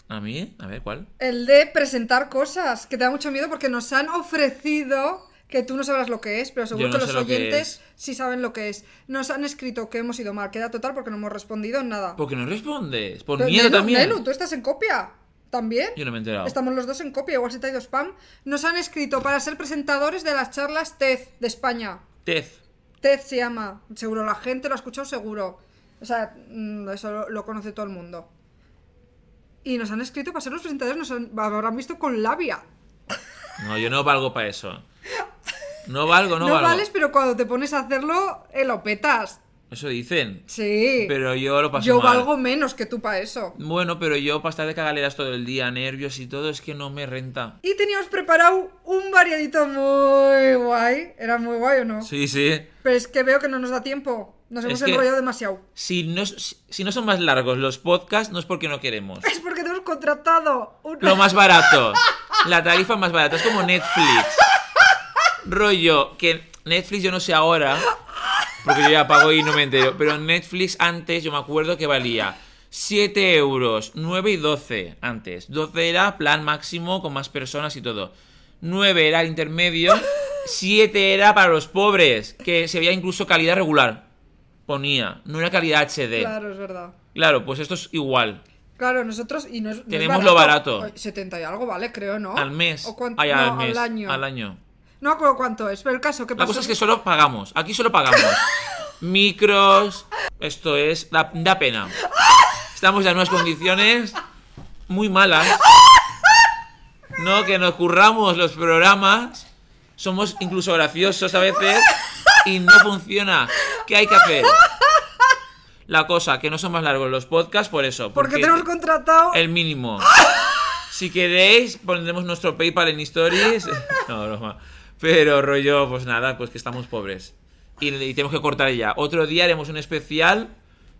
A mí, a ver, ¿cuál?
El de presentar cosas, que te da mucho miedo porque nos han ofrecido que tú no sabrás lo que es, pero seguro
Yo no
que
sé
los
lo que
oyentes
es.
sí saben lo que es. Nos han escrito que hemos ido mal, queda total porque no hemos respondido en nada.
Porque no respondes, por
Pero,
miedo
Nelu,
también.
Nelu, tú estás en copia. ¿También?
Yo no me he enterado.
Estamos los dos en copia, igual se te ha ido spam. Nos han escrito para ser presentadores de las charlas TED de España.
Tez.
TED se llama, seguro la gente lo ha escuchado seguro. O sea, mm, eso lo, lo conoce todo el mundo. Y nos han escrito para ser los presentadores, nos han- habrán visto con labia.
No, yo no valgo para eso. No valgo, no,
No,
valgo.
vales, pero cuando te pones a hacerlo, eh, lo petas.
Eso dicen.
Sí.
Pero yo lo paso
Yo
mal.
valgo menos que tú para eso.
Bueno, pero yo para estar de cagaleras todo el día, nervios y todo, es que no me renta.
Y teníamos preparado un variadito muy guay. ¿Era muy guay o no?
Sí, sí.
Pero es que veo que no nos da tiempo. Nos
Es
hemos
que-
enrollado demasiado.
Si no, es- si si no son más largos los podcasts, no es porque no queremos.
Es porque te hemos contratado un...
Lo más barato. La tarifa más barata. Es como Netflix. Rollo, que Netflix yo no sé ahora, porque yo ya pago y no me entero, pero Netflix antes yo me acuerdo que valía 7 euros, 9 y 12 antes. 12 era plan máximo con más personas y todo. 9 era el intermedio, 7 era para los pobres, que se veía incluso calidad regular. Ponía, no era calidad HD.
Claro, es verdad.
Claro, pues esto es igual.
Claro, nosotros... Y no es- no es
Tenemos lo barato.
Oye, 70 y algo, ¿vale? Creo, ¿no?
Al mes.
¿Oh? ¿O cuánto?
Ay,
no,
al mes.
año.
Al año.
No me acuerdo cuánto es, pero el caso que
La
pasó...
cosa es que solo pagamos. Aquí solo pagamos. Micros. Esto es. Da, da pena. Estamos ya en unas condiciones muy malas. No, que nos curramos los programas. Somos incluso graciosos a veces. Y no funciona. ¿Qué hay que hacer? La cosa, que no son más largos los podcasts, por eso.
Porque tenemos contratado...
El mínimo. Si queréis, pondremos nuestro PayPal en stories. No, broma. Pero rollo, pues nada, pues que estamos pobres. Y, y tenemos que cortar ya. Otro día haremos un especial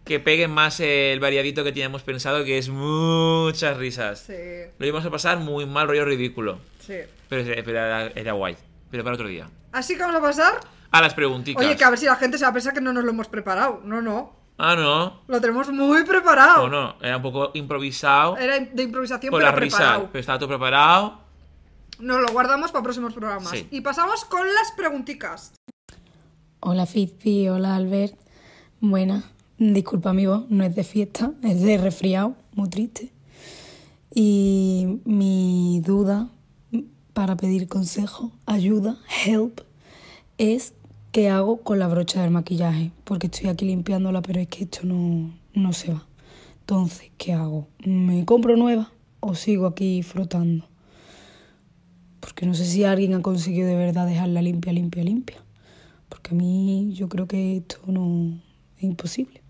que pegue más eh, el variadito que teníamos pensado, que es muchas risas.
Sí,
Lo íbamos a pasar muy mal, rollo ridículo.
sí.
Pero, es- pero era, era guay. Pero para otro día.
Así que vamos a pasar.
A las preguntitas.
Oye, que a ver si la gente se va a pensar que no nos lo hemos preparado. No, no.
Ah, no.
Lo tenemos muy preparado.
O no, Pues era un poco improvisado.
Era de improvisación,
por
Eh, pero
las risas.
preparado.
Pero estaba todo preparado.
Nos lo guardamos para próximos programas.
Sí.
Y pasamos con las pregunticas.
Hola Fitpi, hola Albert. Buenas, disculpa mi voz, no es de fiesta, es de resfriado, muy triste. Y mi duda para pedir consejo, ayuda, help, es qué hago con la brocha del maquillaje, porque estoy aquí limpiándola, pero es que esto no, no se va. Entonces, ¿qué hago? ¿Me compro nueva o sigo aquí frotando? Porque no sé si alguien ha conseguido de verdad dejarla limpia, limpia, limpia. Porque a mí yo creo que esto no es imposible.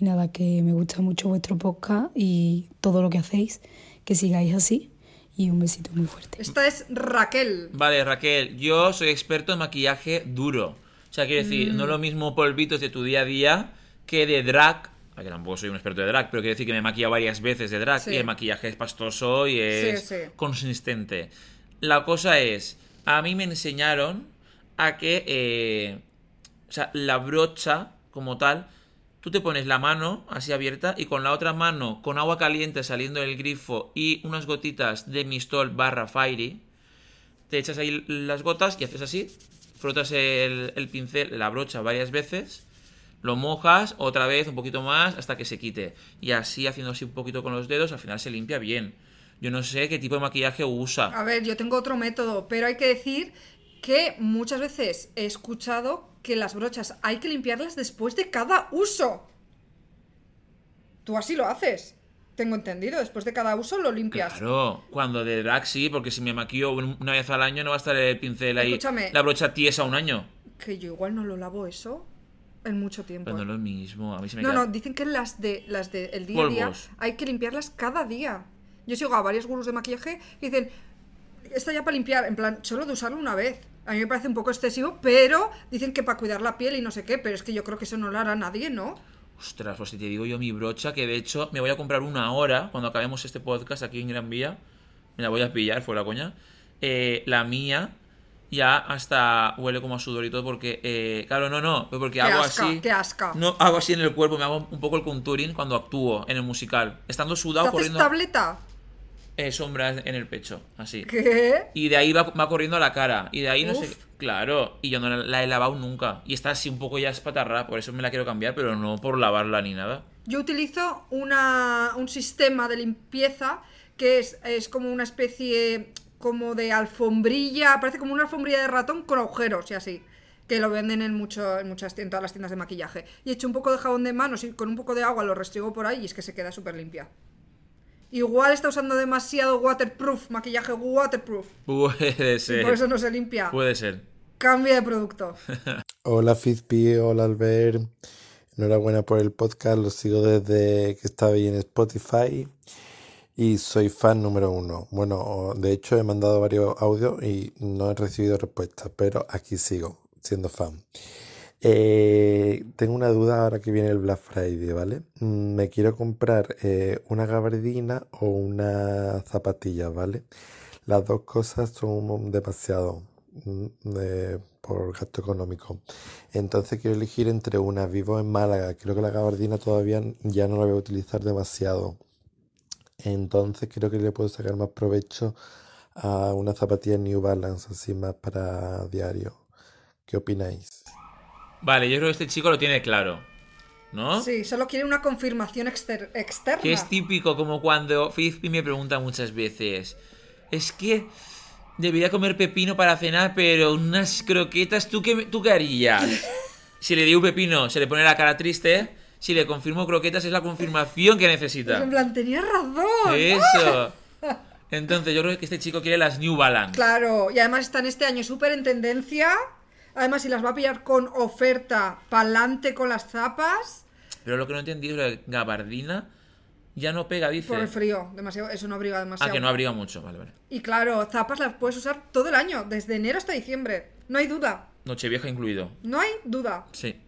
Y nada, que me gusta mucho vuestro podcast y todo lo que hacéis. Que sigáis así y un besito muy fuerte.
Esta es Raquel.
Vale, Raquel, yo soy experto en maquillaje duro. O sea, quiero decir, no
Mm.
lo mismo polvitos de tu día a día que de drag. Ah, Que tampoco soy un experto de drag, pero quiero decir que me he maquillado varias veces de drag
Sí.
y el maquillaje es pastoso y es
sí.
consistente. La cosa es, a mí me enseñaron a que, eh, o sea, la brocha como tal, tú te pones la mano así abierta y con la otra mano, con agua caliente saliendo del grifo y unas gotitas de Mistol barra Fairy, te echas ahí las gotas y haces así, frotas el, el pincel, la brocha varias veces, lo mojas otra vez un poquito más hasta que se quite. Y así, haciendo así un poquito con los dedos, al final se limpia bien. Yo no sé qué tipo de maquillaje
A
usa.
ver, yo tengo otro método, pero hay que decir que muchas veces he escuchado que las brochas hay que limpiarlas después de cada uso. Tú así lo haces. Tengo entendido. Después de cada uso lo limpias.
Claro, cuando de drag sí, porque si me maquillo un- una vez al año no va a estar el pincel ahí,
Escúchame.
la brocha tiesa un año.
Que yo igual no lo lavo eso en mucho tiempo. ¿eh?
Pero no es lo mismo, a mí se me
No,
queda-
no, dicen que las de las de el día a día
Polvos.
hay que limpiarlas cada día. Yo sigo a varios gurús de maquillaje y dicen, esta ya para limpiar, en plan, solo de usarlo una vez. A mí me parece un poco excesivo, pero dicen que para cuidar la piel y no sé qué, pero es que yo creo que eso no lo hará nadie, ¿no?
Ostras, pues si te digo yo mi brocha, que de hecho me voy a comprar una hora cuando acabemos este podcast aquí en Gran Vía. Me la voy a pillar, fuera coña. Eh, la mía ya hasta huele como a sudor y todo porque, eh, claro, no, no, pero porque
Qué
hago
asca,
así.
qué asca.
No, hago así en el cuerpo, me hago un poco el contouring cuando actúo en el musical. Estando
¿Te
sudado,
haces
corriendo
tableta?
eh, sombras en el pecho, así.
¿Qué?
Y de ahí va, va corriendo a la cara. Y de ahí no sé.
Uf.
qué- Claro. Y yo no la, la he lavado nunca. Y está así un poco ya espatarrada. Por eso me la quiero cambiar, pero no por lavarla ni nada.
Yo utilizo una, un sistema de limpieza que es, es como una especie como de alfombrilla, parece como una alfombrilla de ratón con agujeros y así, que lo venden en, mucho, en, muchas, en todas las tiendas de maquillaje. Y echo un poco de jabón de manos y con un poco de agua lo restriego por ahí y es que se queda súper limpia. Igual está usando demasiado waterproof, maquillaje waterproof,
Puede
y
ser.
por eso no se limpia.
Puede ser.
Cambia de producto.
Hola Fizpi, hola Albert. Enhorabuena por el podcast, lo sigo desde que estaba ahí en Spotify y soy fan número uno. Bueno, o- de hecho he mandado varios audios y no he recibido respuesta, pero aquí sigo siendo fan. Eh, tengo una duda ahora que viene el Black Friday, ¿vale? Mm, Me quiero comprar eh, una gabardina o una zapatilla, ¿vale? Las dos cosas son demasiado mm, eh, por gasto económico. Entonces quiero elegir entre una. Vivo en Málaga. Creo que la gabardina todavía n- ya no la voy a utilizar demasiado. Entonces creo que le puedo sacar más provecho a una zapatilla New Balance, así más para diario. ¿Qué opináis?
Vale, yo creo que este chico lo tiene claro. ¿No?
Sí, solo quiere una confirmación exter- externa.
Que es típico como cuando Fizpi me pregunta muchas veces. Es que debería comer pepino para cenar, pero unas croquetas, ¿tú qué, me- tú qué harías? Si le digo pepino, se le pone la cara triste. Si le confirmo croquetas, es la confirmación que
Pues
necesita.
en plan, ¡ah! tenía razón.
Eso. Entonces, yo creo que este chico quiere las New Balance.
Claro, y además están este año súper en tendencia. Además, si las va a pillar con oferta, pa'lante con las zapas.
Pero lo que no he entendido es la gabardina. Ya no pega, dice.
Por el frío, demasiado, eso no abriga
Ah,
demasiado.
que no abriga mucho. Vale, vale.
Y claro, zapas las puedes usar todo el año, desde enero hasta diciembre. No hay duda,
Nochevieja incluido.
no hay duda.
Sí.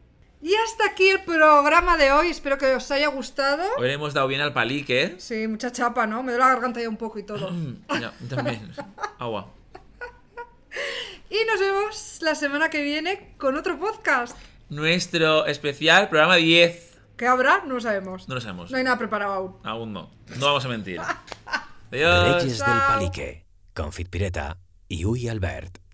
Y Y hasta aquí el programa de hoy. Espero que os haya gustado.
Hoy le hemos dado bien al palique, ¿eh?
Sí, mucha chapa, ¿no? Me duele la garganta ya un poco y todo.
No, mm, también. Agua.
Y nos vemos la semana que viene con otro podcast.
Nuestro especial programa 10.
¿Qué habrá? No lo sabemos.
No lo sabemos.
No hay nada preparado aún.
Aún no. No vamos a mentir. Adiós.
Reyes del Palique, Confit Pireta y Uy Albert.